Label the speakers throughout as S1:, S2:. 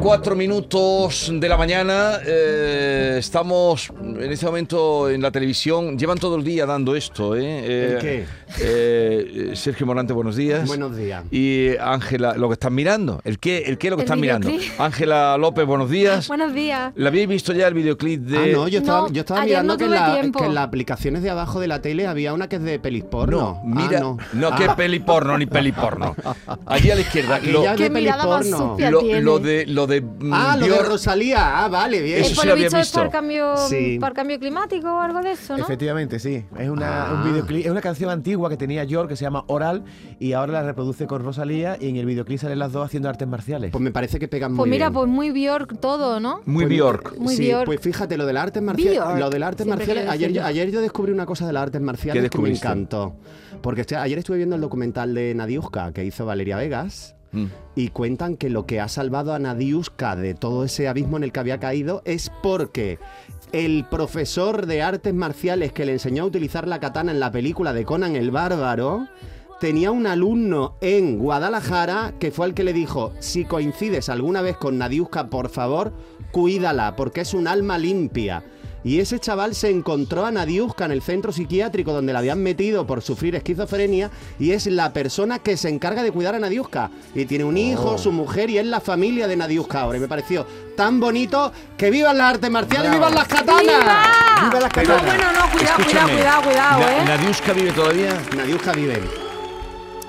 S1: Cuatro minutos de la mañana. eh, estamos en este momento en la televisión. Llevan todo el día dando esto, ¿eh? Eh,
S2: ¿El qué?
S1: eh, Sergio Morante, buenos días.
S2: Buenos días.
S1: Y eh, Ángela, lo que están mirando. ¿El qué? ¿El qué es lo que
S3: El
S1: están mirando?
S3: videoclip. Ah,
S1: Ángela López, buenos días.
S3: Buenos días.
S1: ¿La habéis visto ya el videoclip de.?
S2: Ah, no, yo estaba,
S3: No,
S2: yo estaba
S3: ayer
S2: mirando
S3: no
S2: que, en
S3: tuve
S2: la-
S3: tiempo.
S2: que en las aplicaciones de abajo de la tele había una que es de pelis porno.
S1: mira.
S2: Ah, Ah, no.
S1: no, que peli porno, ni peli porno. Allí a la izquierda.
S2: Aquella
S1: Lo,
S2: es de
S3: Qué
S2: pelis
S3: mirada más
S2: porno.
S3: sucia.
S1: lo-
S3: tiene.
S1: lo de. Lo de mm,
S2: Ah, lo de
S1: Dior-
S2: Rosalía. Ah, vale, bien.
S1: Eso
S3: Eh,
S1: sí
S3: por
S1: lo
S3: lo
S1: había
S3: visto es por
S1: visto.
S3: cambio,
S2: Sí.
S3: por cambio climático o algo de eso, ¿no?
S4: Efectivamente, sí. Es una, un
S2: Ah.
S4: videoclip, es una canción antigua que tenía York que se llama Oral y ahora la reproduce con Rosalía y en el videoclip salen las dos haciendo artes marciales.
S2: Pues me parece que pegan
S3: Pues
S2: muy
S3: mira,
S2: bien.
S3: pues muy Bjork todo, ¿no?
S1: Muy
S2: Pues-
S1: Bjork.
S3: Muy
S2: sí,
S3: Bjork.
S2: pues fíjate, lo del arte
S3: Bjork,
S2: marcial, lo del arte
S3: siempre
S2: marcial,
S3: quiero
S2: ayer,
S3: decir
S2: yo-
S3: yo.
S2: ayer yo descubrí una cosa del arte marcial
S1: ¿Qué
S2: que me
S1: descubriste?
S2: encantó. Porque estoy- ayer estuve viendo el documental de Nadiuska que hizo Valeria Vegas.
S1: Mm.
S2: y cuentan que lo que ha salvado a Nadiuska de todo ese abismo en el que había caído es porque el profesor de artes marciales que le enseñó a utilizar la katana en la película de Conan el Bárbaro tenía un alumno en Guadalajara que fue al que le dijo, si coincides alguna vez con Nadiuska, por favor, cuídala, porque es un alma limpia. Y ese chaval se encontró a Nadiuska en el centro psiquiátrico donde la habían metido por sufrir esquizofrenia y es la persona que se encarga de cuidar a Nadiuska. Y tiene un
S4: Oh.
S2: hijo, su mujer y es la familia de Nadiuska ahora. Y me pareció tan bonito que vivan las artes marciales,
S4: Bravo.
S2: vivan las katanas.
S4: ¡Viva las
S3: Pero
S4: katanas!
S3: bueno, no, cuidado, cuidado,
S1: Escúchame,
S3: cuidado, cuidado,
S1: Na-
S3: ¿eh?
S1: ¿Nadiuska vive todavía?
S2: Nadiuska vive.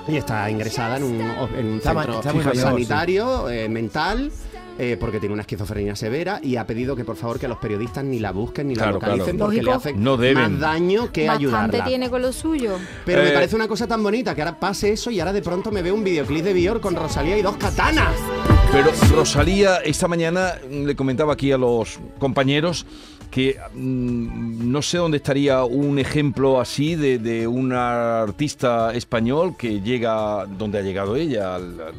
S2: Y está ingresada en un, en un
S4: Está ma-
S2: centro
S4: está muy mayor,
S2: sanitario, eh, mental, eh, porque tiene una esquizofrenia severa y ha pedido que por favor que los periodistas ni la busquen ni la
S1: Claro,
S2: localicen
S1: claro.
S2: porque
S3: Lógico.
S2: le hacen
S1: No deben.
S2: más daño que
S3: Bastante
S2: ayudarla.
S3: tiene con lo suyo.
S2: Pero
S1: Eh,
S2: me parece una cosa tan bonita que ahora pase eso y ahora de pronto me veo un videoclip de Bior con Rosalía y dos katanas.
S1: Pero Rosalía, esta mañana mm, le comentaba aquí a los compañeros que mm, no sé dónde estaría un ejemplo así de, de un artista español que llega donde ha llegado ella, al, al-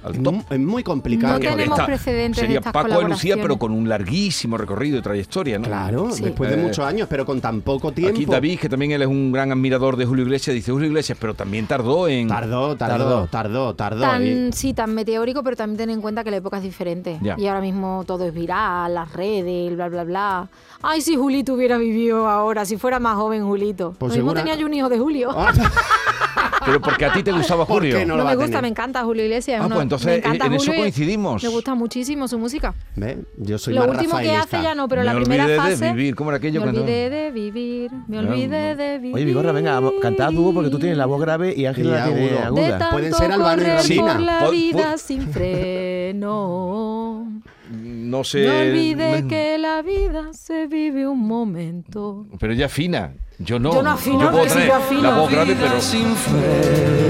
S1: al
S2: Es,
S1: top.
S2: mu- es muy complicado.
S3: No tenemos
S1: Está-
S3: precedentes de
S1: Sería
S3: estas
S1: Paco de Lucía,
S3: colaboraciones.
S1: pero con un larguísimo recorrido de trayectoria, ¿no?
S2: Claro,
S3: Sí.
S2: después de
S1: Eh,
S2: muchos años, pero con tan poco tiempo.
S1: Aquí David, que también él es un gran admirador de Julio Iglesias, dice Julio Iglesias, pero también tardó en...
S2: Tardó, tardó, tardó, tardó.
S3: Tan,
S2: Y-
S3: sí, tan meteórico, pero también ten en cuenta que la época es diferente.
S1: Ya.
S3: Y ahora mismo todo es viral, las redes, el bla, bla, bla. Ay, si Julito hubiera vivido ahora, si fuera más joven Julito.
S2: Pues
S3: lo mismo
S2: segura-
S3: tenía yo un hijo de Julio.
S2: Ah,
S1: Pero porque a ti te gustaba
S2: ¿Por
S1: Julio.
S2: qué no?
S3: No,
S2: lo va
S3: me
S2: a
S3: gusta,
S2: tener.
S3: me encanta Julio Iglesias.
S1: Ah,
S3: no,
S1: pues entonces,
S3: me encanta
S1: en- en eso
S3: Julio y
S1: coincidimos.
S3: Me gusta muchísimo su música.
S2: ¿Ve? Yo soy
S3: Lo
S2: más
S3: último que
S2: rafaelista.
S3: hace ya no, pero
S1: Me
S3: la primera
S1: olvidé de
S3: fase.
S1: vivir, ¿cómo era aquello
S3: Me
S1: cuando-
S3: olvidé de vivir, me olvidé de vivir.
S4: Oye, Vigorra, venga, vo- cantad dúo porque tú tienes la voz grave y Ángel
S2: Y
S4: la tiene
S2: agudo.
S3: de
S4: aguda.
S3: tanto
S2: Pueden ser Albano y
S3: correr
S2: Regina.
S3: por la
S1: Pu- pu-
S3: vida sin freno.
S1: No sé...
S3: No olvide
S1: me-
S3: que la vida se vive un momento.
S1: Pero ella afina. Yo no.
S3: Yo no afino,
S1: puedo
S3: que sí,
S1: tener
S3: yo afino.
S1: La voz grave, pero.
S5: sin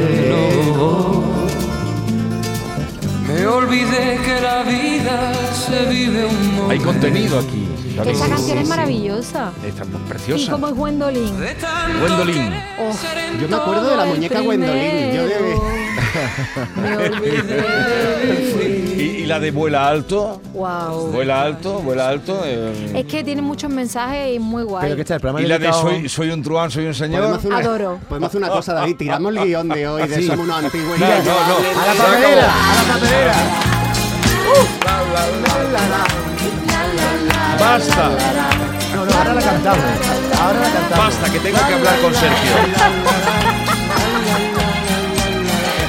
S5: freno. Me olvidé que la vida se vive un momento.
S1: Hay contenido aquí. ¿sabes?
S3: Esa canción es maravillosa.
S1: Está
S3: Y
S1: preciosa.
S3: como es Gwendolyn.
S5: De tanto
S1: Gwendolyn.
S5: querer ser en
S2: Yo me acuerdo de la
S3: Todo el
S2: muñeca Gwendolyn. Yo de...
S3: primero. Me olvidé.
S1: ¿Y, y la de vuela alto.
S3: Wow.
S1: Vuela alto, vuela alto. eh,
S3: Es que tiene muchos mensajes y muy guay.
S4: Pero que está el programa
S1: Y la de
S4: dedicado-
S1: soy, soy un truán, soy un
S2: Podemos
S1: señor.
S2: hacer una,
S3: Adoro.
S2: Podemos hacer una cosa, David. Tiramos el guión de hoy de
S1: Sí.
S2: Somos unos antiguos. y
S1: No, no, no.
S2: llevables.
S4: ¡A la
S1: Se acabó.
S4: papelera! ¡A la papelera!
S1: Basta,
S4: No, no, ahora la cantamos. Ahora la cantamos.
S1: basta, que tengo que hablar con Sergio.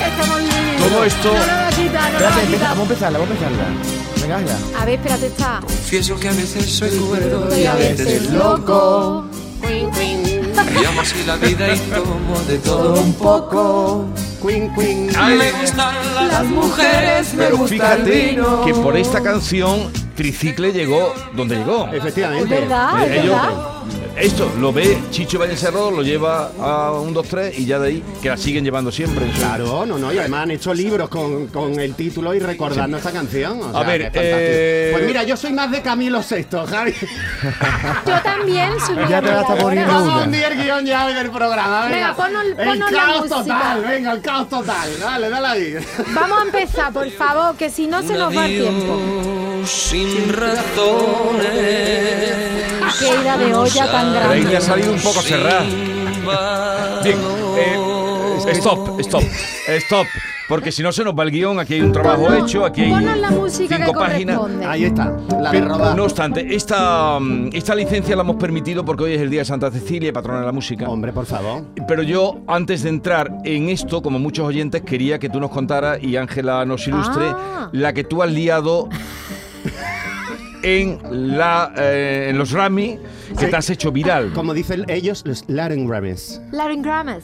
S3: Estamos libres.
S1: Todo esto-
S3: No lo va a quitar, no lo va a
S4: Espérate, venga,
S3: quitar.
S4: vamos a empezarla, vamos a empezarla. Venga, Ángela.
S3: A ver, espérate, está.
S5: Confieso que a veces soy cuerdo
S3: Soy a veces loco.
S5: Me llamo así la vida y tomo de todo un poco.
S4: Poco.
S2: Queen, queen.
S1: Ah.
S5: Me gustan las mujeres, me
S1: Pero
S5: gusta el
S1: fíjate
S5: vino.
S1: que por esta canción tricicle llegó donde llegó.
S2: Efectivamente.
S3: Es verdad,
S1: Eh,
S3: Ah, es
S1: ello-
S3: verdad.
S1: esto lo ve Chicho Valle Cerrado, lo lleva a un 2-3 y ya de ahí que la siguen llevando siempre. en su-
S2: Claro, no, no, y además han hecho libros con, con el título y recordando esta canción. o
S1: A
S2: sea,
S1: ver,
S2: que es fantástico.
S1: eh,
S2: Pues mira, yo soy más de Camilo VI, Javi.
S3: Yo también soy una
S4: Ya te vas a
S3: arrolladora.
S4: poner
S2: Vamos a
S4: duda.
S2: hundir el guión ya del programa. Venga,
S3: Venga, ponnos-
S2: el
S3: ponnos la
S2: caos
S3: música.
S2: total, venga, el caos total. Dale, dale ahí.
S3: Vamos a empezar, por favor, que si no se nos va el tiempo.
S5: sin razones.
S3: Qué ida de olla tan
S1: Pero ahí
S3: grande.
S1: te ha salido un poco cerrada. Bien, eh, stop, stop, stop. Porque si no se nos va el guión, aquí hay un trabajo
S3: Ponnos-
S1: hecho, aquí hay
S3: ponnos la música que
S1: cinco páginas.
S3: corresponde.
S2: Ahí está, la de rodar.
S1: No obstante, esta, mm, esta licencia la hemos permitido porque hoy es el Día de Santa Cecilia, patrona de la música.
S2: Hombre, por favor.
S1: Pero yo, antes de entrar en esto, como muchos oyentes, quería que tú nos contaras, y Ángela nos ilustre,
S3: Ah.
S1: la que tú has liado en, la, eh, en los Rami, que te has hecho viral.
S2: Como dicen ellos, los Latin Grammys.
S3: Lauren Grammes.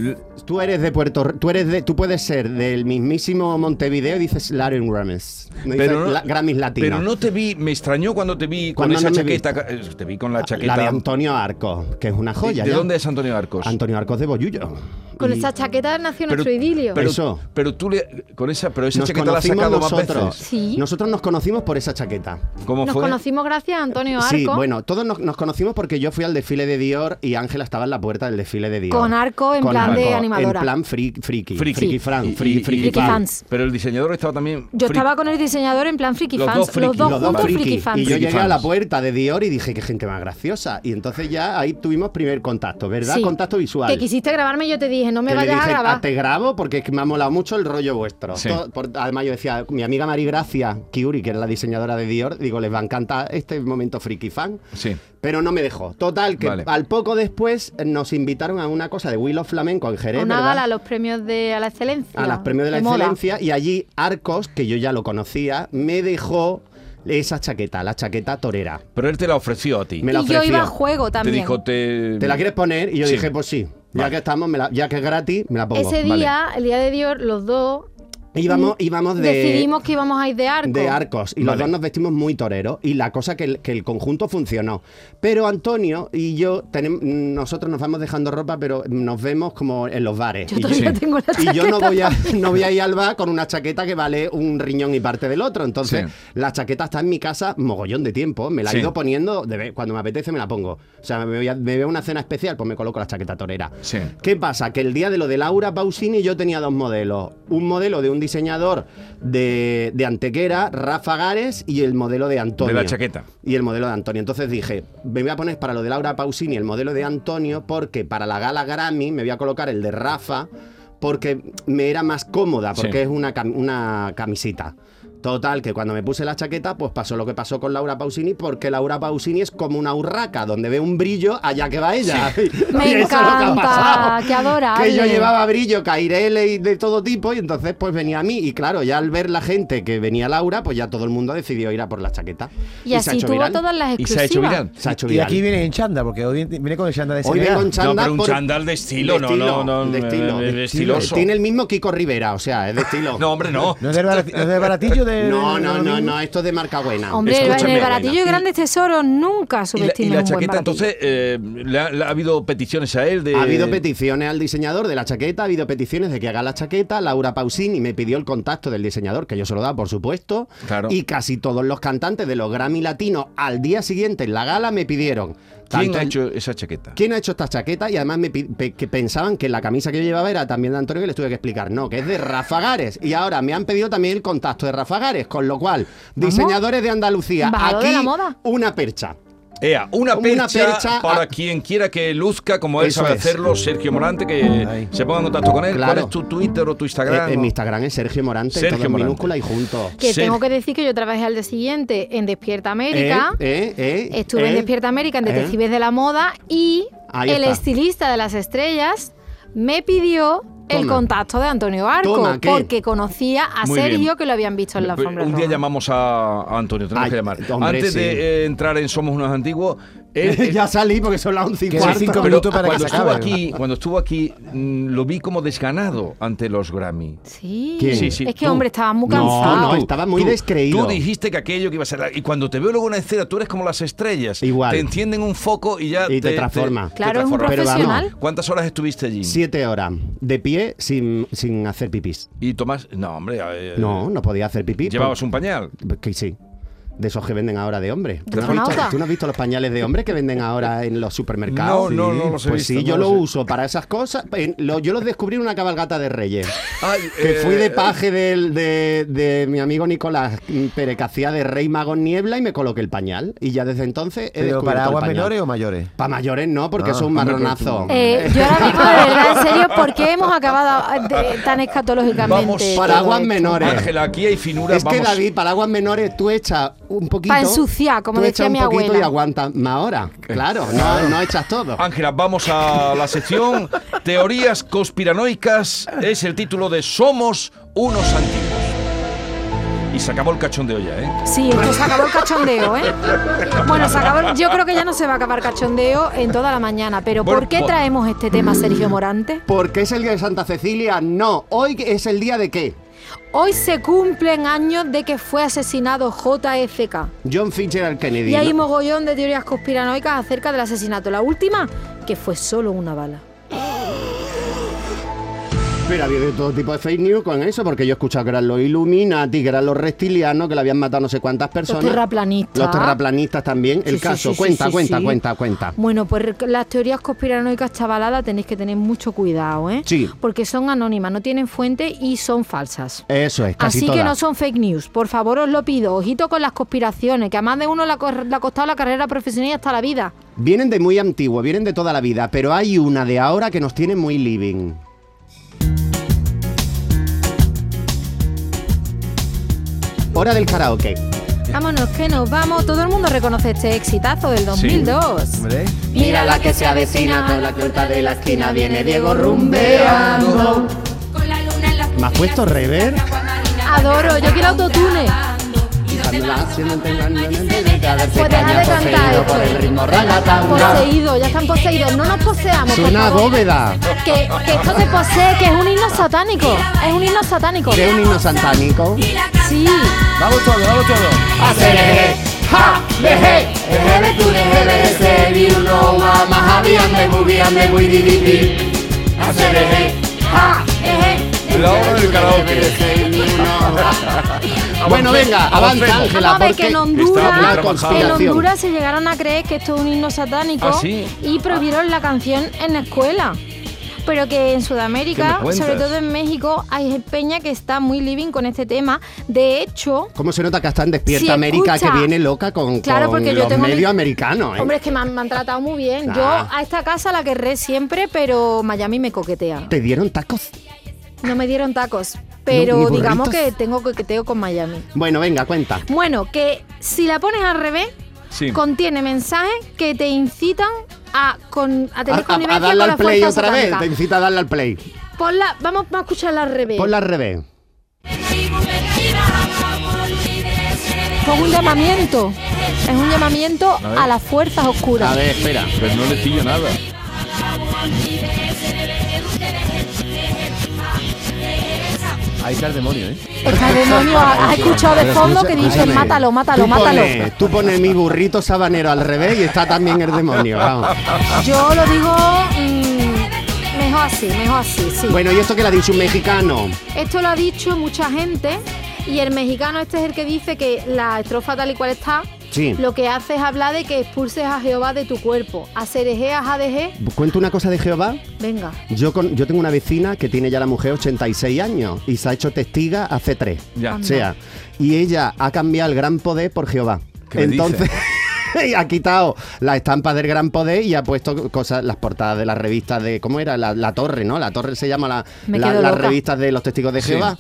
S2: Tú eres de Puerto R- tú eres de, tú puedes ser del mismísimo Montevideo y dices Latin Grammys. No dices la- Grammys latinos.
S1: pero no te vi, me extrañó cuando te vi con
S2: ¿Cuándo
S1: esa
S2: no me
S1: chaqueta. eh, Te vi con la chaqueta.
S2: La de Antonio Arcos, que es una
S1: ¿De-
S2: joya.
S1: ¿De
S2: ya.
S1: dónde es Antonio Arcos?
S2: Antonio Arcos de Bollullo.
S3: Con
S2: Y
S3: esa chaqueta nació
S1: Pero-
S3: nuestro idilio.
S1: Pero,
S2: Eso.
S1: pero tú le. Con esa, pero esa
S2: nos
S1: chaqueta la has
S2: conocimos
S1: sacado más
S2: nosotros.
S1: veces.
S3: Sí.
S2: Nosotros nos conocimos por esa chaqueta.
S1: ¿Cómo
S3: Nos
S1: fue?
S3: conocimos gracias a Antonio Arco.
S2: Sí, bueno, todos nos, nos conocimos porque yo fui al desfile de Dior y Ángela estaba en la puerta del desfile de Dior.
S3: Con arco en plan de animadora.
S2: En plan fri- friki.
S1: Friki.
S2: Friki, Fran,
S1: Y-
S2: friki,
S1: y-
S2: friki,
S3: Friki
S2: Fran.
S3: fans.
S1: Pero el diseñador estaba también.
S3: Yo
S1: friki.
S3: estaba con el diseñador en plan friki
S1: Los
S3: fans.
S1: dos friki,
S3: los dos
S2: Los dos
S3: juntos friki,
S2: friki.
S3: fans.
S2: Y yo
S1: Friki
S2: llegué a la
S1: fans.
S2: puerta de Dior y dije, qué gente más graciosa. Y entonces ya ahí tuvimos primer contacto, ¿verdad?
S3: Sí.
S2: Contacto visual.
S3: Que quisiste grabarme y yo te dije, no me
S2: Que le
S3: vayas
S2: dije,
S3: a grabar.
S2: "Ah, te grabo porque es que me ha molado mucho el rollo vuestro.
S1: Sí.
S2: Todo- por- además, yo decía, mi amiga Mari Gracia Kiuri, que era la diseñadora de Dior, digo, les va a encantar este momento friki fan.
S1: Sí.
S2: Pero no me dejó. Total, que
S1: Vale.
S2: al poco después nos invitaron a una cosa de Will of Flamenco en Jerez.
S3: A una
S2: ¿eh? ¿verdad?
S3: gala Pues a los premios de a la excelencia.
S2: a los premios de la
S3: moda.
S2: excelencia y allí Arcos, que yo ya lo conocía, me dejó esa chaqueta, la chaqueta torera.
S1: Pero él te la ofreció a ti.
S2: Me la
S3: y yo
S2: ofreció.
S3: iba a juego
S1: te
S3: también.
S1: dijo, te.
S2: ¿Te la quieres poner? Y yo
S1: Sí.
S2: dije, pues sí. Ya
S1: Vale.
S2: que estamos, me la- ya que es gratis, me la pongo.
S3: Ese
S1: vale.
S3: día, el día de Dios, los dos
S2: Íbamos, íbamos de...
S3: decidimos que íbamos a ir de arco.
S2: De arcos. Y los
S1: Vale.
S2: dos nos vestimos muy toreros. Y la cosa que el, que el conjunto funcionó. Pero Antonio y yo, tenem- nosotros nos vamos dejando ropa, pero nos vemos como en los bares.
S3: Yo
S2: y,
S3: todavía
S1: Sí.
S3: tengo la
S2: y
S3: chaqueta.
S2: yo no voy, a, no voy a ir al bar con una chaqueta que vale un riñón y parte del otro. Entonces,
S1: Sí.
S2: la chaqueta está en mi casa mogollón de tiempo. Me la
S1: Sí.
S2: he ido poniendo, de vez- cuando me apetece me la pongo. O sea, me voy a- me veo una cena especial, pues me coloco la chaqueta torera.
S1: Sí.
S2: ¿Qué pasa? Que el día de lo de Laura Pausini yo tenía dos modelos. Un modelo de un diseñador de, de Antequera, Rafa Gares, y el modelo de Antonio.
S1: De la chaqueta.
S2: Y el modelo de Antonio. Entonces dije, me voy a poner para lo de Laura Pausini el modelo de Antonio, porque para la gala Grammy me voy a colocar el de Rafa, porque me era más cómoda, porque
S1: Sí.
S2: es una, cam- una camisita. Total, que cuando me puse la chaqueta, pues pasó lo que pasó con Laura Pausini, porque Laura Pausini es como una urraca, donde ve un brillo allá que va ella.
S3: Me
S2: Y eso es lo que ha
S3: encanta,
S2: pasado.
S3: qué adorable.
S2: Que yo llevaba brillo, caireles y de todo tipo, y entonces pues venía a mí. Y claro, ya al ver la gente que venía Laura, pues ya todo el mundo decidió ir a por la chaqueta.
S3: Y así tuvo
S2: viral.
S3: todas las
S1: Y
S3: exclusivas.
S1: se ha hecho viral.
S2: Se ha hecho
S4: Y
S2: viral.
S4: aquí viene en chanda, porque hoy viene con el chanda de
S2: Hoy
S4: SNA.
S2: vengo en chándal
S1: no, pero un
S2: por-
S1: chándal de estilo,
S2: de
S1: no,
S2: estilo,
S1: no, no,
S2: de estilo,
S1: eh,
S2: de
S1: estiloso.
S2: Tiene el mismo Kiko Rivera, o sea, es de estilo.
S1: No, hombre, no.
S4: ¿No es del barati- no es del baratillo de.?
S2: no,
S4: de-
S2: no,
S4: de-
S2: no, no, esto es de marca buena.
S3: Hombre, en
S1: Escúchame,
S3: el
S1: Elena.
S3: baratillo de grandes tesoros
S1: Y
S3: nunca
S1: la, y
S3: subestimes
S1: la
S3: un buen
S1: chaqueta,
S3: baratillo.
S1: entonces, eh, le ha, le ha habido peticiones a él de...
S2: Ha habido peticiones al diseñador de la chaqueta, ha habido peticiones de que haga la chaqueta. Laura Pausini me pidió el contacto del diseñador, que yo se lo daba, por supuesto.
S1: Claro.
S2: Y casi todos los cantantes de los Grammy Latinos al día siguiente en la gala me pidieron.
S1: ¿Quién
S2: Tanto
S1: ha
S2: el-
S1: hecho esa chaqueta?
S2: ¿Quién ha hecho esta chaqueta? Y además me pi- pe- que pensaban que la camisa que yo llevaba era también de Antonio, que les tuve que explicar. No, que es de Rafa Gares. Y ahora me han pedido también el contacto de Rafa Gares, con lo cual, diseñadores de Andalucía,
S3: Valor de
S2: aquí
S3: la moda.
S2: una percha.
S1: Ea, una
S2: Una
S1: percha,
S2: percha
S1: para
S2: a-
S1: quien quiera que luzca como él
S2: Eso
S1: sabe
S2: es.
S1: hacerlo, Sergio Morante, que
S4: Ay.
S1: se ponga en contacto con él. ¿Cuál
S2: Claro.
S1: es tu Twitter o tu Instagram?
S2: Eh, en
S1: o-
S2: mi Instagram es Sergio Morante,
S1: Sergio
S2: todo en
S1: Morante.
S2: minúscula y junto.
S3: Que
S1: Sí.
S3: tengo que decir que yo trabajé al día siguiente en Despierta América.
S2: Eh, eh, eh,
S3: Estuve en
S2: eh,
S3: Despierta América, en
S2: eh.
S3: Detectives de la Moda y
S2: Ahí
S3: el
S2: está.
S3: estilista de las estrellas me pidió el
S2: Toma.
S3: contacto de Antonio Arco
S2: Toma, ¿qué?
S3: porque conocía a
S1: Muy
S3: Sergio
S1: bien.
S3: que lo habían visto en la
S1: Pues,
S3: alfombra
S1: Un día
S3: roja.
S1: llamamos a, a Antonio, tenemos
S2: Ay,
S1: que llamar.
S2: hombre,
S1: Antes
S2: sí.
S1: de eh, entrar en Somos unos antiguos, Él- él-
S2: ya salí porque son las 11 y
S4: Que
S2: cuarto.
S4: cinco
S1: pero
S4: minutos para que
S1: cuando
S4: se
S1: estuvo
S4: acabe.
S1: aquí, cuando estuvo aquí, mm, lo vi como desganado ante los Grammy.
S3: Sí.
S2: ¿Quién?
S1: Sí, sí,
S3: es que,
S1: tú.
S3: hombre, estaba muy
S2: No,
S3: cansado.
S2: no, estaba muy descreído.
S1: Tú dijiste que aquello que iba a ser. la- Y cuando te veo luego en la escena, tú eres como las estrellas.
S2: Igual.
S1: Te encienden un foco y ya.
S2: Y te transforma.
S3: Claro, es un
S1: transforma.
S2: Pero vamos.
S3: profesional.
S1: ¿Cuántas horas estuviste allí?
S2: Siete horas de pie sin, sin hacer pipis.
S1: Y Tomás. No, hombre. eh,
S2: No, no podía hacer pipí.
S1: Llevabas un pañal.
S2: Pues Que sí. De esos que venden ahora de hombre.
S3: ¿De
S2: ¿Tú no, has visto,
S3: astronauta?
S2: tú no has visto los pañales de hombre que venden ahora en los supermercados?
S1: No, no, no los he
S2: Pues sí,
S1: visto,
S2: yo
S1: no
S2: lo
S1: los he-
S2: uso para esas cosas. En- lo- yo los descubrí en una cabalgata de reyes.
S1: Ay,
S2: Que
S1: eh,
S2: fui de paje del- de, de mi amigo Nicolás Pérez, que hacía de rey mago en niebla y me coloqué el pañal. Y ya desde entonces he
S4: ¿Pero
S2: descubierto
S4: para
S2: el
S4: aguas
S2: pañal.
S4: menores o mayores?
S2: Para mayores no, porque
S4: Ah,
S2: eso es un
S1: hombre, pero
S2: marronazo.
S1: tú-
S3: Eh, yo ahora mismo, de verdad, en serio, ¿por qué hemos acabado de- tan escatológicamente?
S1: Vamos,
S3: todo
S2: paraguas
S3: esto?
S2: menores.
S1: Ángela, aquí hay finura.
S2: Es que
S1: vamos.
S2: David, para aguas menores tú echas un poquito.
S3: Pa' ensuciar, como
S2: tú echas
S3: decía
S2: un
S3: mi
S2: poquito
S3: abuela.
S2: y aguantas más ahora. Claro,
S1: Ah.
S2: no, no echas todo.
S1: Ángela, vamos a la sección Teorías conspiranoicas. Es el título de Somos unos antiguos. Y se acabó el cachón de olla, ¿eh?
S3: Sí, esto se acabó el cachondeo, ¿eh? Bueno, se acabó. Yo creo que ya no se va a acabar cachondeo en toda la mañana. Pero
S1: Bueno,
S3: ¿por qué
S1: bu-
S3: traemos este tema, Sergio Morante?
S2: Porque es el día de Santa Cecilia, no. Hoy es el día de qué?
S3: Hoy se cumplen años de que fue asesinado JFK.
S2: John Fitzgerald Kennedy.
S3: Y hay
S2: ¿no?
S3: mogollón de teorías conspiranoicas acerca del asesinato. La última, que fue solo una bala.
S2: Pero ha habido todo tipo de fake news con eso, porque yo he escuchado que eran los Illuminati, que eran los reptilianos, que le habían matado no sé cuántas personas.
S3: terraplanistas.
S2: Los terraplanistas también.
S3: Sí,
S2: el
S3: sí,
S2: caso.
S3: sí, sí,
S2: cuenta,
S3: sí,
S2: cuenta,
S3: sí.
S2: cuenta, cuenta,
S3: Bueno, pues las teorías conspiranoicas chavaladas tenéis que tener mucho cuidado, ¿eh?
S2: Sí.
S3: Porque son anónimas, no tienen fuente y son falsas.
S2: Eso es, casi
S3: Así
S2: todas.
S3: que no son fake news, por favor os lo pido. Ojito con las conspiraciones, que a más de uno le ha cor- le ha costado la carrera profesional y hasta la vida.
S2: Vienen de muy antiguo, vienen de toda la vida, pero hay una de ahora que nos tiene muy living. Hora del karaoke.
S3: Vámonos, que nos vamos. Todo el mundo reconoce este exitazo del 2002.
S4: Hombre.
S3: Mira la que se avecina,
S2: con
S3: con
S2: la
S3: la
S2: puerta
S3: puerta
S2: de la esquina viene Diego rumbeando.
S3: rumbeando.
S2: ¿Me has puesto rever?
S3: Adoro, yo quiero autotune. Pues deja de cantar esto. Poseído, ya están poseídos. No nos poseamos. por
S2: Suena a
S3: favor.
S2: bóveda.
S3: Que, que esto se posee, que es un himno satánico. Es un himno satánico.
S2: Que un himno santánico.
S3: Sí.
S4: Vamos todos, vamos todos.
S1: La hora del karaoke.
S2: Bueno, venga, avanza,
S1: Avancemos.
S2: Ángela,
S3: Vamos Ah, a ver que
S2: porque
S3: en
S1: está muy
S3: Honduras,
S1: trabajado.
S3: en Honduras se llegaron a creer que esto es un himno satánico
S1: ¿Ah, sí? Ah.
S3: y prohibieron la canción en la escuela. Pero que en
S1: ¿Qué me
S3: Sudamérica,
S1: cuentas?
S3: sobre todo en México, hay peña que está muy living con este tema. De hecho,
S2: ¿Cómo se nota que están despierta
S3: Sí,
S2: América que
S3: escucha.
S2: viene loca con,
S3: Claro,
S2: con
S3: porque yo
S2: los
S3: tengo mi-
S2: medios americanos? ¿eh?
S3: hombre, es que me han, me han tratado muy bien. Yo
S2: Ah.
S3: a esta casa la querré siempre, pero Miami me coquetea.
S2: ¿Te dieron tacos?
S3: No me dieron tacos, pero
S2: ni
S3: digamos
S2: burritos.
S3: que tengo coqueteo con Miami.
S2: Bueno, venga, cuenta.
S3: Bueno, que si la pones al revés,
S1: Sí.
S3: contiene mensajes que te incitan a, con, a
S2: A,
S3: tener
S2: a- a
S3: connivencia
S2: darle
S3: con
S2: al
S3: la
S2: play
S3: fuerza
S2: otra vez.
S3: satánica.
S2: Te incita a darle al play.
S3: Ponla- vamos a escucharla al revés.
S2: Ponla al revés.
S3: Con un llamamiento. Es un llamamiento a, las fuerzas oscuras.
S2: A ver, espera.
S1: Pero Pues no le pillo nada.
S4: Ahí está el demonio, ¿eh?
S3: Está el Este demonio, ha- has escuchado de
S4: Pero
S3: fondo
S4: escucha,
S3: que dicen
S4: escúchame.
S3: mátalo, mátalo,
S2: tú
S3: mátalo.
S2: Pones, tú pones mi burrito sabanero al revés y está también el demonio. vamos.
S3: Yo lo digo mm, mejor así, mejor así, sí.
S2: Bueno, y esto que la ha dicho un mexicano.
S3: Esto lo ha dicho mucha gente y el mexicano este es el que dice que la estrofa tal y cual está,
S2: Sí.
S3: lo que hace es hablar de que expulses a Jehová de tu cuerpo. A Cereje, a Jadeje,
S2: Cuento una cosa de Jehová.
S3: venga.
S2: Yo, con- yo tengo una vecina que tiene ya la mujer 86 años y se ha hecho testiga hace tres.
S1: Ya.
S2: O sea, y ella ha cambiado el gran poder por Jehová.
S1: ¿Qué me
S2: Entonces, ha quitado la estampa del gran poder y ha puesto cosas, las portadas de las revistas de. ¿Cómo era? La, la torre, ¿no? La torre se llama la,
S3: Me
S2: la-
S3: quedo
S2: las
S3: loca.
S2: revistas de los testigos de
S1: Sí.
S2: Jehová.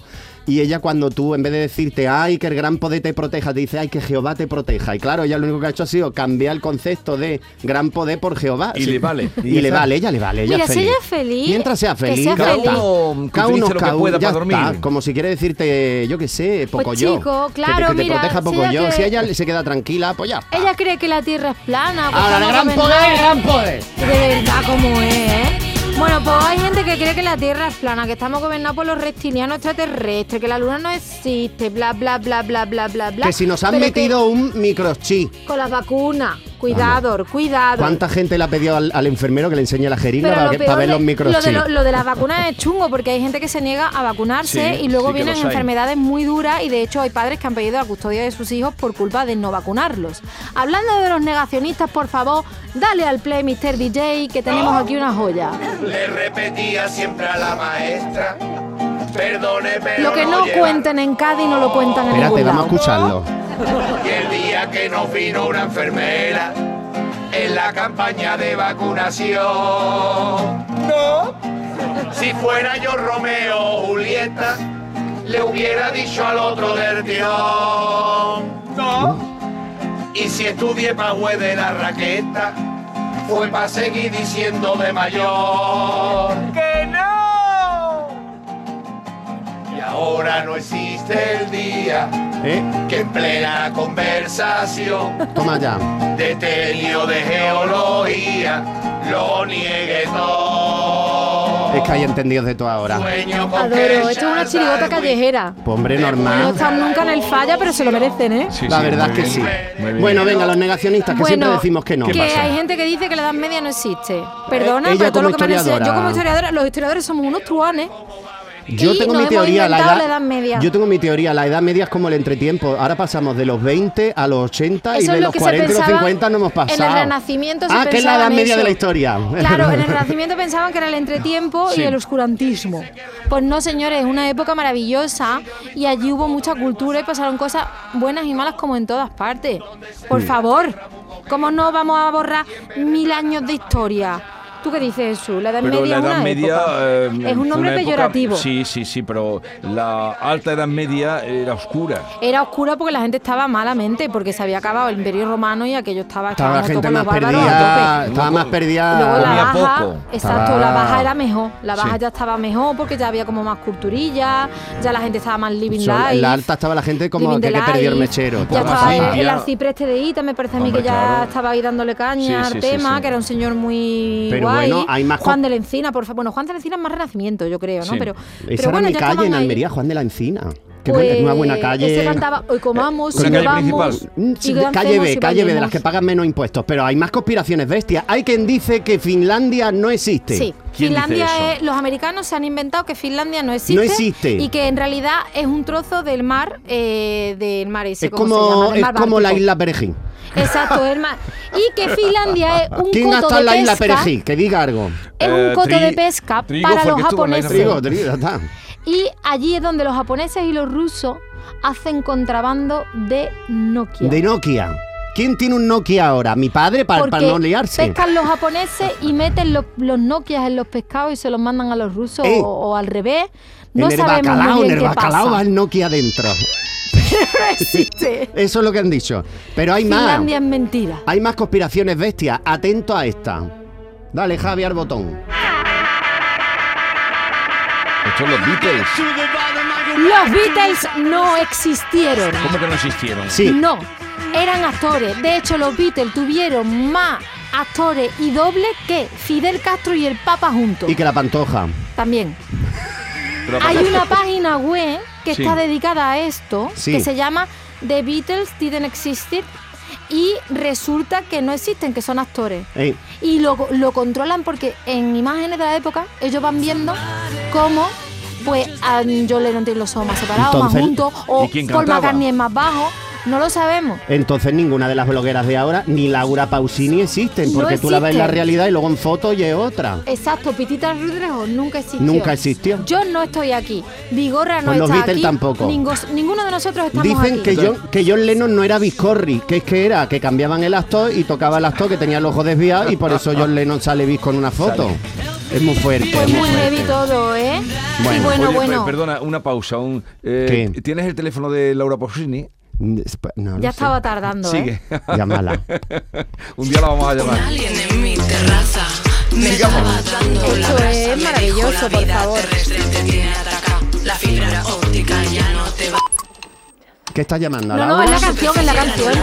S2: Y ella cuando tú, en vez de decirte, ay, que el gran poder te proteja, te dice, ay, que Jehová te proteja. Y claro, ella lo único que ha hecho ha sido cambiar el concepto de gran poder por Jehová.
S1: Y le vale.
S2: Y, le vale, ella le vale. Ella
S3: Mira,
S2: es
S3: si
S2: feliz.
S3: ella es feliz,
S2: Mientras sea
S3: que
S2: feliz.
S3: sea
S1: Cada
S3: feliz.
S1: uno que
S2: Cada uno,
S1: utilice lo que
S2: cada uno,
S1: pueda
S2: ya
S1: para dormir.
S2: está, como si quiere decirte, yo qué sé, poco yo.
S3: Pues
S2: que
S3: chico,
S2: te-
S3: claro,
S2: que te,
S3: mira,
S2: proteja
S3: si
S2: poco
S3: ella
S2: yo.
S3: cree-
S2: Si ella se queda tranquila, pues ya. está.
S3: Ella cree que la tierra es plana. pues
S2: Ahora,
S3: no
S2: el gran
S3: sabe
S2: poder, el
S3: nada.
S2: gran poder.
S3: De verdad, como es, ¿eh? Bueno, pues hay gente que cree que la Tierra es plana, que estamos gobernados por los reptilianos extraterrestres, que la Luna no existe, bla, bla, bla, bla, bla, bla, bla.
S2: Que si nos han
S3: Pero
S2: metido un microchip.
S3: que- con las vacunas, cuidado, cuidado.
S2: ¿Cuánta gente le ha pedido al, al enfermero que le enseñe la jeringa
S3: Pero
S2: para,
S3: lo
S2: que-
S3: peor
S2: para ver
S3: de-
S2: los
S3: lo
S2: microchips?
S3: de, lo- lo de las vacunas es chungo porque hay gente que se niega a vacunarse
S1: Sí,
S3: y luego
S1: sí que
S3: vienen
S1: los hay.
S3: enfermedades muy duras y de hecho hay padres que han pedido la custodia de sus hijos por culpa de no vacunarlos. Hablando de los negacionistas, por favor, dale al play Mr. DJ que tenemos aquí una joya.
S6: Le repetía siempre a la maestra. Perdone, pero
S3: Lo que no
S6: lleva".
S3: cuenten en Cádiz no lo cuentan en
S2: Espérate,
S3: ningún
S2: vamos a
S3: lado.
S2: escucharlo.
S6: Y el día que nos vino una enfermera en la campaña de vacunación. No. Si fuera yo Romeo o Julieta, le hubiera dicho al otro del guión. No. Y si estudié pa' juez de la raqueta, fue para seguir diciendo de mayor. ¡Que no! Y ahora no existe el día
S2: ¿Eh?
S6: que en plena conversación
S2: Toma ya.
S6: de telio de geología lo niegue todo.
S2: Es que hay entendidos de todo ahora.
S6: Sueño con que
S3: Adoro, esto es una
S6: Charles
S3: chirigota
S6: Darwin
S3: callejera.
S2: Pues hombre,
S3: No
S2: normal.
S3: están nunca en el falla, pero se lo merecen, ¿eh?
S1: Sí,
S2: La
S1: sí,
S2: verdad
S1: muy
S2: es que sí.
S1: bien, muy bien.
S2: Bueno, venga, los negacionistas, que siempre
S3: Bueno,
S2: decimos que no.
S3: Que hay gente que dice que la edad media no existe. Perdona,
S2: Eh, ella
S3: pero todo
S2: como
S3: lo que me han enseñado. Yo
S2: historiadora.
S3: como historiadora, los historiadores somos unos truanes.
S2: Yo
S3: Y
S2: tengo
S3: nos
S2: mi
S3: hemos
S2: teoría, la edad,
S3: inventado la edad media.
S2: Yo tengo mi teoría, la edad media es como el entretiempo. Ahora pasamos de los 20 a los 80 y
S3: Eso
S2: de
S3: es lo
S2: los
S3: que se
S2: 40 a los
S3: pensaba
S2: 50 no hemos
S3: en el
S2: pasado.
S3: Renacimiento se
S2: Ah, que es la edad
S3: pensaban
S2: media
S3: eso.
S2: de la historia.
S3: Claro, en el Renacimiento pensaban que era el entretiempo y el oscurantismo. Pues no, señores, es una época maravillosa y allí hubo mucha cultura y pasaron cosas buenas y malas como en todas partes. Por favor, ¿cómo no vamos a borrar mil años de historia? ¿Tú qué dices, Jesús? La Edad
S1: Pero la
S3: Media es
S1: Edad
S3: una
S1: Media
S3: época.
S1: eh,
S3: es un
S1: fue
S3: nombre
S1: una época-
S3: peyorativo.
S1: sí, sí, sí, pero la Alta Edad Media era oscura.
S3: Era oscura porque la gente estaba malamente, porque se había acabado el Imperio Romano y aquello estaba
S2: Estaba la
S3: echando
S2: gente
S3: todo
S2: más
S3: con los bárbaros a tope.
S2: perdida, estaba más
S3: Y Luego la
S1: Comía
S2: perdida.
S3: baja,
S1: poco.
S3: exacto, la
S2: Estaba-
S3: baja era mejor. La baja
S1: Sí.
S3: ya estaba mejor porque ya había como más culturilla, ya la gente estaba más living
S2: Son-
S3: life.
S2: la alta estaba la gente como
S3: living
S2: que,
S3: the
S2: que perdió el
S3: life.
S2: mechero.
S3: Ya
S1: poco
S3: estaba
S1: más
S3: el, el
S1: limpia.
S3: arcipreste este de Ita, me parece a mí
S1: Hombre,
S3: que ya
S1: claro.
S3: estaba ahí dándole caña
S1: Sí,
S3: al
S1: sí, sí,
S3: tema,
S1: sí.
S3: que era un señor muy
S2: Pero
S3: guay.
S2: bueno, hay más
S3: Juan
S2: co-
S3: de la Encina, por favor. Bueno, Juan de la Encina es más renacimiento, yo creo, ¿no?
S1: Sí.
S3: Pero,
S2: Esa
S3: pero
S2: era
S3: bueno,
S2: mi
S3: ya
S2: calle
S3: estaban
S2: en
S3: ahí.
S2: Almería, Juan de la Encina. Que
S3: Pues,
S2: es una buena calle.
S3: Ese cantaba, hoy comamos,
S1: Una
S3: y
S1: calle
S3: bebamos,
S1: principal.
S2: Mm,
S3: y
S2: sí, calle
S3: dancemos
S2: B,
S3: y
S2: calle B, de las
S3: bailemos".
S2: que pagan menos impuestos. Pero hay más conspiraciones bestias. Hay quien dice que Finlandia no existe.
S3: Sí,
S1: ¿Quién dice
S3: Finlandia
S1: eso?
S3: es, los americanos se han inventado que Finlandia no existe,
S2: No existe.
S3: y que en realidad es un trozo del mar, eh, del mar ese,
S2: Es
S3: ¿cómo se llama?
S2: como,
S3: Del
S2: es
S3: mar
S2: como la
S3: Báltico.
S2: isla Perejil.
S3: Exacto, el mar. Y que Finlandia es un
S2: ¿Quién ha
S3: coto
S2: estado
S3: de
S2: en la isla
S3: pesca,
S2: Perejil? Que diga algo.
S3: es
S1: Eh,
S3: un coto
S1: Tri-
S3: de pesca
S1: Trigo
S3: para
S1: fue el
S3: los
S1: que estuvo en la isla
S3: japoneses.
S1: Perejil.
S2: Trigo, trigo, ya está.
S3: Y allí es donde los japoneses y los rusos hacen contrabando de Nokia.
S2: De Nokia. ¿Quién tiene un Nokia ahora? ¿Mi padre? Para,
S3: porque
S2: para no liarse.
S3: pescan los japoneses y meten los, los Nokias en los pescados y se los mandan a los rusos
S2: Eh.
S3: o, o al revés. No
S2: en el
S3: sabemos
S2: bacalao,
S3: muy
S2: en
S3: bien
S2: el
S3: qué
S2: bacalao
S3: pasa.
S2: va el Nokia dentro.
S3: No existe.
S2: Eso es lo que han dicho. Pero hay más.
S3: Finlandia es mentira.
S2: Hay más conspiraciones bestias. Atento a esta. Dale, Javi, al botón.
S1: Esto es los Beatles.
S3: Los Beatles no existieron.
S1: ¿Cómo que no existieron?
S2: Sí.
S3: No, eran actores. De hecho, los Beatles tuvieron más actores y dobles que Fidel Castro y el Papa juntos.
S2: Y que la pantoja.
S3: También.
S1: Pero
S3: Hay
S1: aparte-
S3: una página web que
S1: Sí.
S3: está dedicada a esto,
S2: Sí.
S3: que se llama The Beatles Didn't Exist y resulta que no existen, que son actores.
S2: Eh,
S3: Y lo, lo controlan porque en imágenes de la época ellos van viendo cómo pues a John Lennon tiene los ojos más separados,
S2: Entonces,
S3: más juntos, o
S1: ¿y quién
S3: Paul
S1: cantaba?
S3: McCartney es más bajo. No lo sabemos.
S2: Entonces ninguna de las blogueras de ahora, ni Laura Pausini existen,
S3: No
S2: porque tú la ves en la
S3: existen.
S2: realidad y luego en foto y es otra.
S3: Exacto, Pitita Rodrigo nunca existió.
S2: Nunca existió.
S3: Yo no estoy aquí. Vigorra no
S2: Pues los
S3: está
S2: Beatles
S3: aquí.
S2: tampoco.
S3: Ningos- ninguno de nosotros estamos
S2: Dicen
S3: aquí.
S2: que John, que John Lennon no era Biscorri, que es que era, que cambiaban el actor y tocaba el actor que tenía el ojo desviado y por eso John Lennon sale bis con una foto. Es muy fuerte.
S3: Pues
S2: es muy
S3: muy heavy
S2: fuerte.
S3: todo, ¿eh?
S2: Bueno,
S3: y bueno,
S1: Oye,
S3: bueno.
S1: per- Perdona, una pausa. un, eh,
S2: ¿Qué?
S1: ¿Tienes el teléfono de Laura Pausini?
S2: Mm, No lo
S3: ya
S2: sé.
S3: estaba tardando,
S1: Sigue.
S3: ¿eh?
S2: Llámala.
S1: Un día la vamos a llamar.
S7: Alguien en mi terraza me estaba dando la
S3: Esto
S7: brasa.
S3: es
S7: Me dijo,
S3: maravilloso,
S7: "La
S3: por
S7: vida
S3: favor".
S7: terrestre te tiene atacado. La fibra óptica ya no te va.
S2: ¿Qué estás llamando? ¿A
S3: No, no,
S2: Laura?
S3: es la canción, es la canción.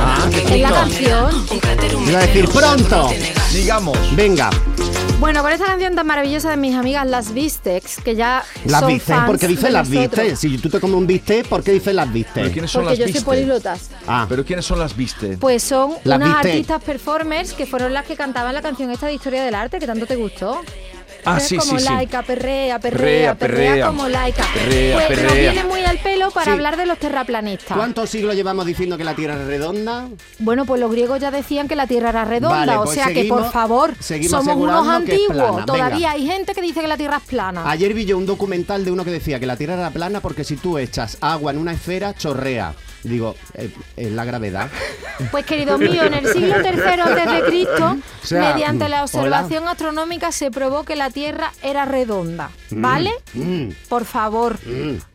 S3: es la canción.
S7: Un cráter
S2: Iba a decir pronto.
S1: Sigamos.
S2: Venga,
S3: Bueno, con esta canción tan maravillosa de mis amigas Las Vistex, que ya
S2: las
S3: son
S2: viste.
S3: fans
S2: ¿Por qué
S3: de
S2: dices las
S3: nosotros.
S2: viste? Si tú te comes un viste, ¿por qué dices las
S1: ¿Pero
S2: viste?
S1: quiénes son
S3: Porque yo
S1: las
S3: soy
S1: viste?
S3: políglotas.
S2: Ah,
S1: ¿Pero quiénes son las viste?
S3: Pues son
S2: Las
S3: unas
S2: Vistex.
S3: artistas performers que fueron las que cantaban la canción esta de Historia del Arte, que tanto te gustó.
S1: Ah,
S3: Es
S1: sí,
S3: como
S1: sí, sí.
S3: laica, perrea, perrea, perrea,
S1: Perrea, perrea.
S3: como laica.
S1: Perrea,
S3: pues nos
S1: perrea.
S3: viene muy al pelo para
S2: Sí.
S3: hablar de los terraplanistas.
S2: ¿cuántos siglos llevamos diciendo que la Tierra es redonda?
S3: Bueno, pues los griegos ya decían que la Tierra era redonda,
S2: Vale,
S3: o
S2: pues
S3: sea que por
S2: seguimos-
S3: favor,
S2: seguimos
S3: somos unos
S2: asegurando que es
S3: antiguos.
S2: plana, venga.
S3: Todavía hay gente que dice que la Tierra es plana.
S2: Ayer vi yo un documental de uno que decía que la Tierra era plana porque si tú echas agua en una esfera, chorrea. Digo, eh, es la gravedad.
S3: Pues querido mío, en el siglo III antes de Cristo,
S2: O sea,
S3: mediante la
S2: hola.
S3: observación astronómica se probó que la Tierra era redonda, ¿vale?
S2: Mm,
S3: Por favor.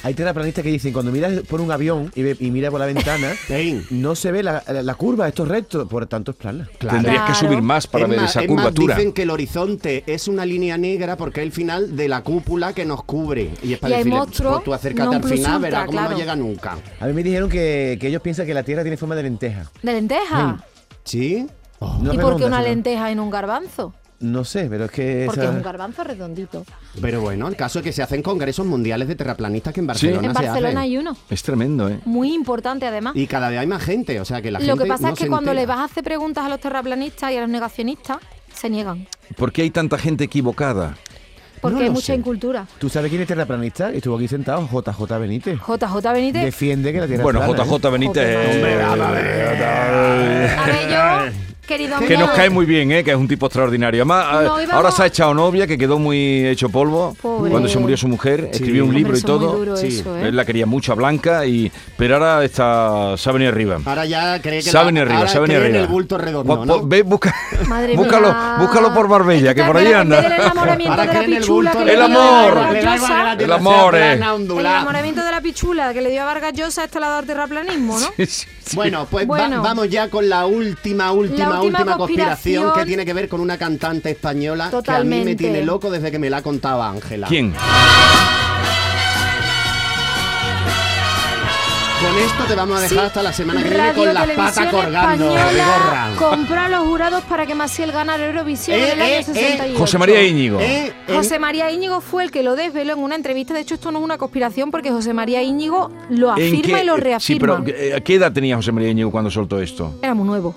S4: Hay terraplanistas que dicen, cuando miras por un avión y, ve- y mira por la ventana,
S2: ven.
S4: no se ve la, la- la curva, esto es recto, por tanto es plana.
S2: Claro.
S1: Tendrías que
S3: Claro.
S1: subir más para
S2: Es
S1: ver
S2: más-
S1: esa
S2: es más,
S1: curvatura.
S2: dicen que el horizonte es una línea negra porque es el final de la cúpula que nos cubre. Y es para
S3: Y hay
S2: decirle,
S3: monstruos,
S2: pues tú acércate
S3: non
S2: al
S3: plus
S2: final,
S3: ultra,
S2: verás cómo
S3: claro.
S2: no llega nunca.
S4: A mí me dijeron que, que ellos piensan que la Tierra tiene forma de lenteja.
S3: ¿De lenteja?
S2: ¿Sí?
S1: Oh.
S4: No
S3: ¿Y
S4: es
S3: por qué
S4: redonda,
S3: una
S4: sino-
S3: lenteja en un garbanzo?
S4: No sé, pero es que...
S3: Porque
S4: esa-
S3: es un garbanzo redondito.
S2: Pero bueno, el caso es que se hacen congresos mundiales de terraplanistas que en
S1: Sí.
S2: Barcelona
S3: En
S2: se
S3: Barcelona
S2: hacen.
S3: hay uno,
S1: Es tremendo, ¿eh?
S3: muy importante además.
S2: Y cada vez hay más gente, o sea que la
S3: Lo
S2: gente
S3: que pasa
S2: no
S3: es que
S2: se
S3: cuando le
S2: entera.
S3: vas a hacer preguntas a los terraplanistas y a los negacionistas, se niegan.
S1: ¿Por qué hay tanta gente equivocada?
S3: Porque
S2: No
S3: hay
S2: lo
S3: mucha
S2: sé.
S3: incultura.
S4: ¿Tú sabes quién es terraplanista? Estuvo aquí sentado, JJ Benítez.
S3: JJ Benítez.
S4: Defiende que la Tierra
S1: Bueno,
S4: es plana. ¿eh?
S1: JJ Benítez.
S3: Hombre,
S1: eh,
S3: A ver, yo, querido
S1: Que nos
S3: mío,
S1: cae muy bien, ¿eh? que es un tipo extraordinario. Además,
S3: No,
S1: eh,
S3: íbamos-
S1: ahora se ha echado novia, que quedó muy hecho polvo.
S3: Pobre.
S1: Cuando se murió su mujer, escribió un
S3: hombre,
S1: libro y
S3: eso es muy
S1: todo.
S3: duro
S2: Sí.
S3: eso, ¿eh?
S1: Él la quería mucho a Blanca, y, pero ahora está, se ha venido arriba.
S2: Ahora ya cree que
S1: Se ha
S2: la-
S1: venido arriba,
S2: ahora
S1: se ha venido
S2: cree en
S1: arriba.
S2: el bulto
S1: Po-
S2: redondo,
S1: po-
S2: ¿no?
S1: ve, busca-
S3: Madre
S1: búscalo,
S3: mía.
S1: búscalo por Marbella, que por ahí
S3: Espera,
S1: anda.
S3: espera, El enamoramiento
S2: Ahora
S3: de la
S2: creen el bulto
S3: pichula que
S1: de-
S3: le dio
S1: El
S3: a
S1: amor.
S2: Le
S3: Vargas
S2: da igual que la
S1: El
S3: Llosa.
S2: tierra sea
S1: amor,
S2: plana,
S1: eh.
S3: El
S2: ondulada.
S3: enamoramiento de la pichula que le dio a Vargas Llosa, esto la da terraplanismo, ¿no?
S2: Bueno, pues va-
S3: Bueno.
S2: vamos ya con la última, última,
S3: La última
S2: última, conspiración,
S3: conspiración.
S2: que tiene que ver con una cantante española que a mí
S3: Totalmente.
S2: me tiene loco desde que me la contaba Ángela.
S1: ¿Quién?
S2: Con esto te vamos a dejar hasta la semana que viene
S3: Radio
S2: con las
S3: Televisión
S2: patas colgando,
S3: Española
S2: Vigorra.
S3: compró a los jurados para que Maciel ganara Eurovisión
S2: Eh,
S3: en el
S2: eh,
S3: año
S2: eh.
S3: 68.
S1: José María Íñigo.
S2: Eh, eh,
S3: José María Íñigo fue el que lo desveló en una entrevista. De hecho, esto no es una conspiración porque José María Íñigo lo
S1: ¿En
S3: afirma
S1: qué-
S3: y lo
S1: Sí,
S3: reafirma.
S1: pero eh, ¿a ¿qué edad tenía José María Íñigo cuando soltó esto?
S3: Era muy nuevo.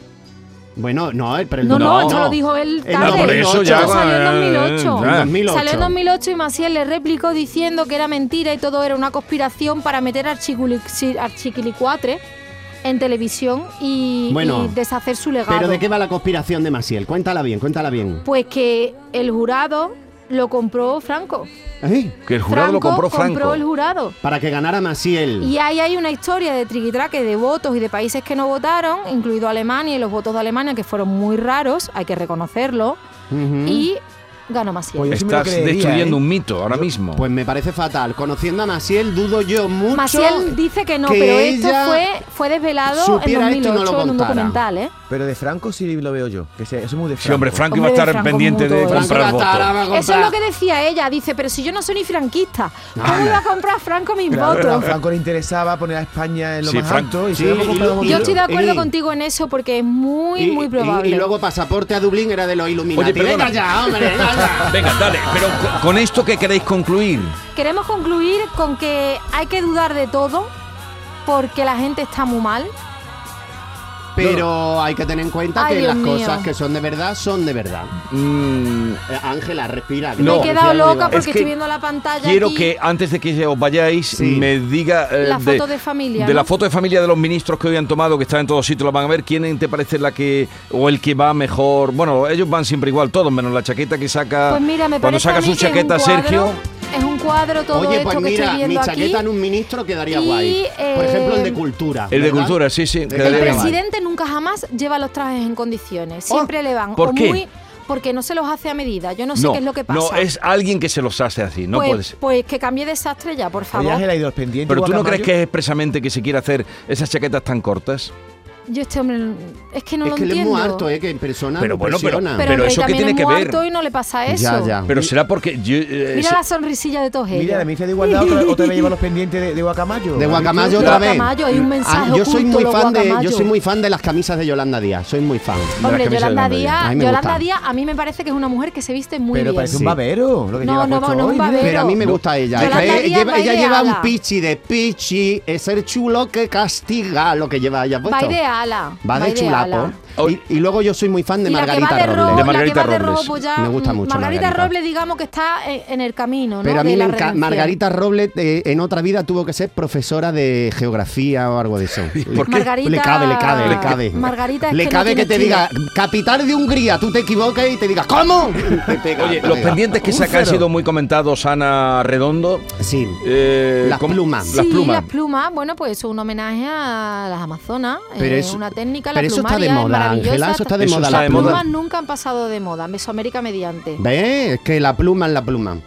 S2: Bueno, no, eh, pero el
S3: No, no,
S1: No.
S3: esto lo dijo él
S2: Eh,
S3: tarde.
S1: no, Ah, por eso ya
S3: Esto salió en
S1: va, eh,
S3: 2008.
S1: ya. En
S2: 2008.
S3: Salió en 2008 y Maciel le replicó diciendo que era mentira y todo era una conspiración para meter a Archiculi- si- Archiquilicuatre en televisión y,
S2: Bueno,
S3: y deshacer su legado.
S2: Pero ¿de qué va la conspiración de Maciel? Cuéntala bien, cuéntala bien.
S3: Pues que el jurado lo compró Franco.
S2: ¿Eh?
S1: Que el jurado lo compró Franco.
S3: compró el jurado.
S2: Para que ganara Maciel.
S3: Y ahí hay una historia de triquitraque de votos y de países que no votaron, incluido Alemania y los votos de Alemania que fueron muy raros, hay que reconocerlo.
S2: Ujú.
S3: Y ganó Maciel.
S4: Pues yo sí me lo
S1: Estás
S4: creería,
S1: destruyendo
S4: ¿eh?
S1: un mito ahora mismo.
S2: Pues me parece fatal. Conociendo a Maciel, dudo yo mucho.
S3: Maciel dice que no,
S2: que
S3: pero esto
S2: ella
S3: fue, fue desvelado en
S2: supiera
S3: 2008
S2: esto y no lo
S3: en un
S2: contara.
S3: documental, ¿eh?
S4: Pero de Franco sí lo veo yo. Que sea- eso es muy de Franco.
S1: Sí, hombre, Franco iba a
S3: Hombre,
S1: estar
S3: Franco es
S1: pendiente
S3: mudo,
S1: de
S3: ¿eh?
S1: comprar
S2: Franco Catara
S1: votos.
S2: va a
S3: Eso es
S2: comprar.
S3: lo que decía ella, dice, pero si yo no soy ni franquista, ¿cómo
S2: Anda.
S3: iba a comprar Franco mis
S4: Claro, claro, a
S3: votos?
S4: Franco le interesaba poner a España en lo
S1: Sí,
S4: más
S1: Franco-
S4: alto y
S2: sí,
S4: se lo hemos
S2: y
S4: comprado
S2: lo-
S3: Yo
S4: con dinero.
S3: estoy de acuerdo
S2: y-
S3: contigo en eso porque es muy,
S2: Y-
S3: muy
S2: y-
S3: probable.
S2: Y, luego pasaporte a Dublín era de los Illuminati.
S1: Oye, perdona.
S2: Venga ya, hombre, venga.
S1: Venga, dale, pero co- con esto que queréis concluir.
S3: Queremos concluir con que hay que dudar de todo porque la gente está muy mal.
S2: Pero hay que tener en cuenta
S3: Ay,
S2: que
S3: Dios
S2: las
S3: mío.
S2: cosas que son de verdad son de verdad.
S1: Mm,
S2: Eh, Ángela, respira. que
S1: Me he
S2: te
S3: Me he quedado
S2: decía
S3: loca
S2: arriba.
S3: porque
S1: Es que
S3: estoy viendo la pantalla.
S1: quiero
S3: aquí.
S1: que antes de que os vayáis
S2: Sí.
S1: me diga eh,
S3: La foto de familia,
S1: de la
S3: ¿no?
S1: foto de familia de los ministros que hoy han tomado que están en todos sitios la van a ver quién te parece la que o el que va mejor bueno ellos van siempre igual todos menos la chaqueta que saca
S3: Pues mira, me
S1: ah, cuando
S3: parece
S1: saca
S3: a mí
S1: su
S3: que es un
S1: chaqueta
S3: cuadro-
S1: Sergio
S3: Es un cuadro todo
S2: Oye,
S3: esto
S2: pues
S3: que
S2: mira,
S3: estoy
S2: mi
S3: viendo
S2: chaqueta
S3: aquí.
S2: en un ministro quedaría
S3: Y,
S2: guay. Por ejemplo, el de
S3: eh,
S2: cultura.
S1: El de
S2: ¿verdad?
S1: cultura, sí, sí,
S2: Eh,
S1: quedaría
S3: El
S1: Dale,
S2: guay.
S3: presidente nunca jamás lleva los trajes en condiciones. Siempre le van.
S1: Oh, ¿por
S3: o
S1: qué?
S3: Muy, porque no se los hace a medida. Yo no sé qué es lo que pasa.
S1: no es alguien que se los hace así no
S3: pues,
S1: puede ser
S3: pues que cambie de sastre ya, por favor.
S4: Oye, Ángela, y de los pendientes.
S1: pero tú no crees
S4: guacamayo?
S1: que es expresamente que se quiere hacer esas chaquetas tan cortas
S3: Yo este hombre es que no
S2: Es
S3: lo
S2: que él es
S3: entiendo.
S2: muy harto, ¿eh? Que en persona
S1: Pero
S2: me
S1: bueno, pero-
S2: impresiona.
S3: Pero,
S1: Pero
S3: el rey
S1: eso qué
S3: también
S1: tiene
S3: es
S1: que
S3: muy
S1: ver.
S3: harto y no le pasa eso.
S2: Ya, ya.
S1: pero será porque yo, eh,
S3: Mira
S1: se-
S3: la sonrisilla de todos ellos.
S4: Mira, la ministra de Igualdad otra, otra vez lleva los pendientes de, de Guacamayo.
S2: De Guacamayo
S3: Los
S2: otra vez. Ah,
S3: guacamayos, hay un mensaje
S2: yo soy
S3: oculto,
S2: muy
S3: los
S2: fan de, yo
S3: guacamayos.
S2: soy muy fan de las camisas de Yolanda Díaz. Soy muy fan.
S3: Hombre,
S1: camisa de
S3: Yolanda
S1: Yolanda Díaz.
S3: Díaz,
S2: A mí me
S3: Yolanda
S2: gusta.
S3: Díaz, a mí me parece que es una mujer que se viste muy
S4: Pero
S3: bien.
S4: parece
S2: Sí.
S4: un babero. Lo que
S3: No,
S4: lleva
S3: no,
S4: puesto
S3: no, un
S4: hoy, mira.
S3: babero.
S2: Pero a mí me gusta ella.
S3: Yolanda
S2: Es que
S3: Díaz
S2: lleva- ella
S3: va
S2: lleva
S3: ideada.
S2: un pichi de pichi. Es el chulo que castiga lo que lleva ella
S3: Va
S2: puesto.
S3: de ala.
S2: Va de chulapo.
S3: ala.
S1: Hoy-
S2: Y, y luego yo soy muy fan de
S3: y la que
S2: Margarita
S3: va de
S2: Robles.
S3: robo,
S1: De
S3: la que
S1: Margarita
S3: va de robo,
S1: Robles.
S3: pues ya,
S2: Me gusta
S3: mm,
S2: mucho
S3: Margarita,
S2: Margarita.
S3: Robles, digamos que está en, en el camino, ¿no?
S2: Pero a
S3: de
S2: mí me
S3: la
S2: encanta.
S3: redención.
S2: Margarita Robles eh, en otra vida tuvo que ser profesora de geografía o algo de eso.
S1: por qué?
S3: Margarita-
S2: Le cabe, le cabe, le cabe.
S3: Margarita es
S2: le
S3: que no
S2: cabe que
S3: tiene
S2: te
S3: chile.
S2: diga, capital de Hungría, tú te equivoques y te digas, ¿cómo? Te pega,
S1: Oye,
S2: te
S1: los
S2: pega.
S1: pendientes que saca han sido muy comentados, Ana Redondo.
S2: Sí.
S1: Eh,
S2: Las
S1: ¿cómo?
S2: plumas.
S3: Sí,
S1: Las plumas.
S3: bueno, pues es un homenaje a las amazonas,
S2: Pero
S3: eh,
S2: eso-
S3: una técnica, la
S2: pero eso está de
S3: plumaria, es
S2: moda,
S3: maravillosa.
S2: Ángela, eso está de
S1: Eso
S2: moda.
S1: está
S2: la
S1: de
S3: Las
S1: moda.
S2: pluma.
S3: plumas nunca han pasado de moda, Mesoamérica mediante.
S2: ¿Ves? Es que la pluma es la pluma.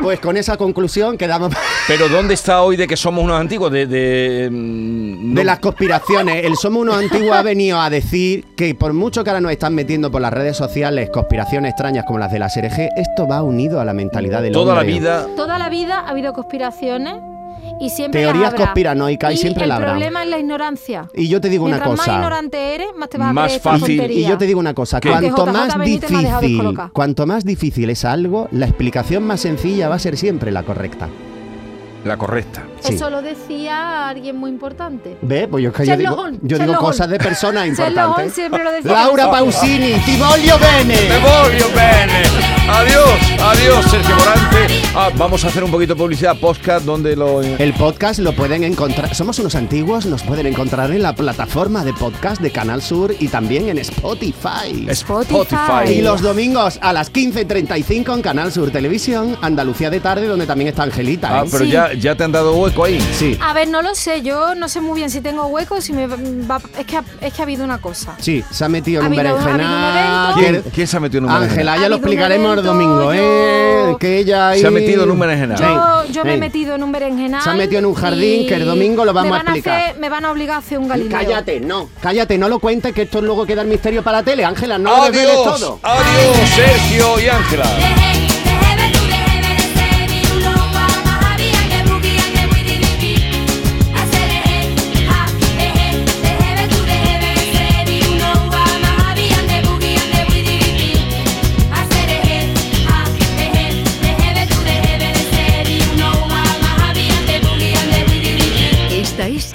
S2: Pues con esa conclusión quedamos
S1: Pero ¿dónde está hoy de que somos unos antiguos? De, de, mm,
S2: de
S1: no-
S2: las conspiraciones. El Somos Unos Antiguos ha venido a decir que por mucho que ahora nos están metiendo por las redes sociales conspiraciones extrañas como las de la SRG, esto va unido a la mentalidad del
S1: toda la
S2: hombre.
S1: vida.
S3: Toda la vida ha habido conspiraciones y siempre
S2: Teorías
S3: las habrá.
S2: conspiranoicas y siempre
S3: el
S2: las habrá.
S3: problema es la ignorancia.
S2: Y yo te digo una
S3: Mientras
S2: cosa.
S3: más ignorante eres, más te vas a
S1: Más
S3: creer esta
S1: fácil.
S3: tontería.
S2: Y yo te digo una cosa,
S1: ¿Qué?
S2: cuanto
S3: Porque JJ
S2: más
S3: Benítez me ha dejado
S2: difícil,
S3: descolocada.
S2: cuanto más difícil es algo, la explicación más sencilla va a ser siempre la correcta.
S1: La correcta.
S2: Sí.
S3: Eso lo decía alguien muy importante.
S2: ¿Ve? Pues yo es que yo
S3: Sherlock
S2: digo,
S3: Holmes,
S2: yo digo
S3: Sherlock
S2: cosas de
S3: Holmes.
S2: personas
S3: Sherlock Holmes
S2: importantes.
S3: siempre lo decía.
S1: Ah.
S2: Laura Pausini, Tibolio Bene.
S1: Gregorio Bene. Adiós, adiós, Sergio Morante. Ah, vamos a hacer un poquito de publicidad podcast donde lo. eh?
S2: El podcast lo pueden encontrar, somos unos antiguos, nos pueden encontrar en la plataforma de podcast de Canal Sur y también en Spotify.
S3: Spotify.
S2: Y los domingos a las 15.35 en Canal Sur Televisión, Andalucía de Tarde, donde también está Angelita.
S1: Ah,
S2: ¿eh?
S1: pero
S3: Sí.
S1: ya, ya te han dado hueco ahí.
S2: Sí,
S3: A ver, no lo sé, yo no sé muy bien si tengo huecos, si me va- es que ha, es que ha habido una cosa.
S2: sí, se ha metido en
S3: Ha
S2: un
S3: habido- ha habido un
S2: berenjenal.
S3: evento.
S1: ¿Quién, quién se ha metido en un berenjenal?
S2: Ángela,
S3: Ha
S2: ya lo
S3: habido un
S2: explicaremos el
S3: evento,
S2: domingo, ¿eh?
S3: yo-
S2: Que ella ahí...
S1: Se ha metido en un berenjenal.
S3: Yo,
S2: Ven,
S3: yo me he
S2: ven.
S3: metido en un berenjenal.
S2: Se ha metido en un jardín
S3: y
S2: que el domingo lo vamos
S3: me
S2: a
S3: van
S2: explicar.
S3: hacer- me van a obligar a hacer un galileo.
S2: Cállate, no. Cállate, no lo cuentes, que esto luego queda el misterio para la tele. Ángela, no lo reveles
S1: Adiós,
S2: todo.
S1: adiós, Sergio y Ángela.
S8: Esta es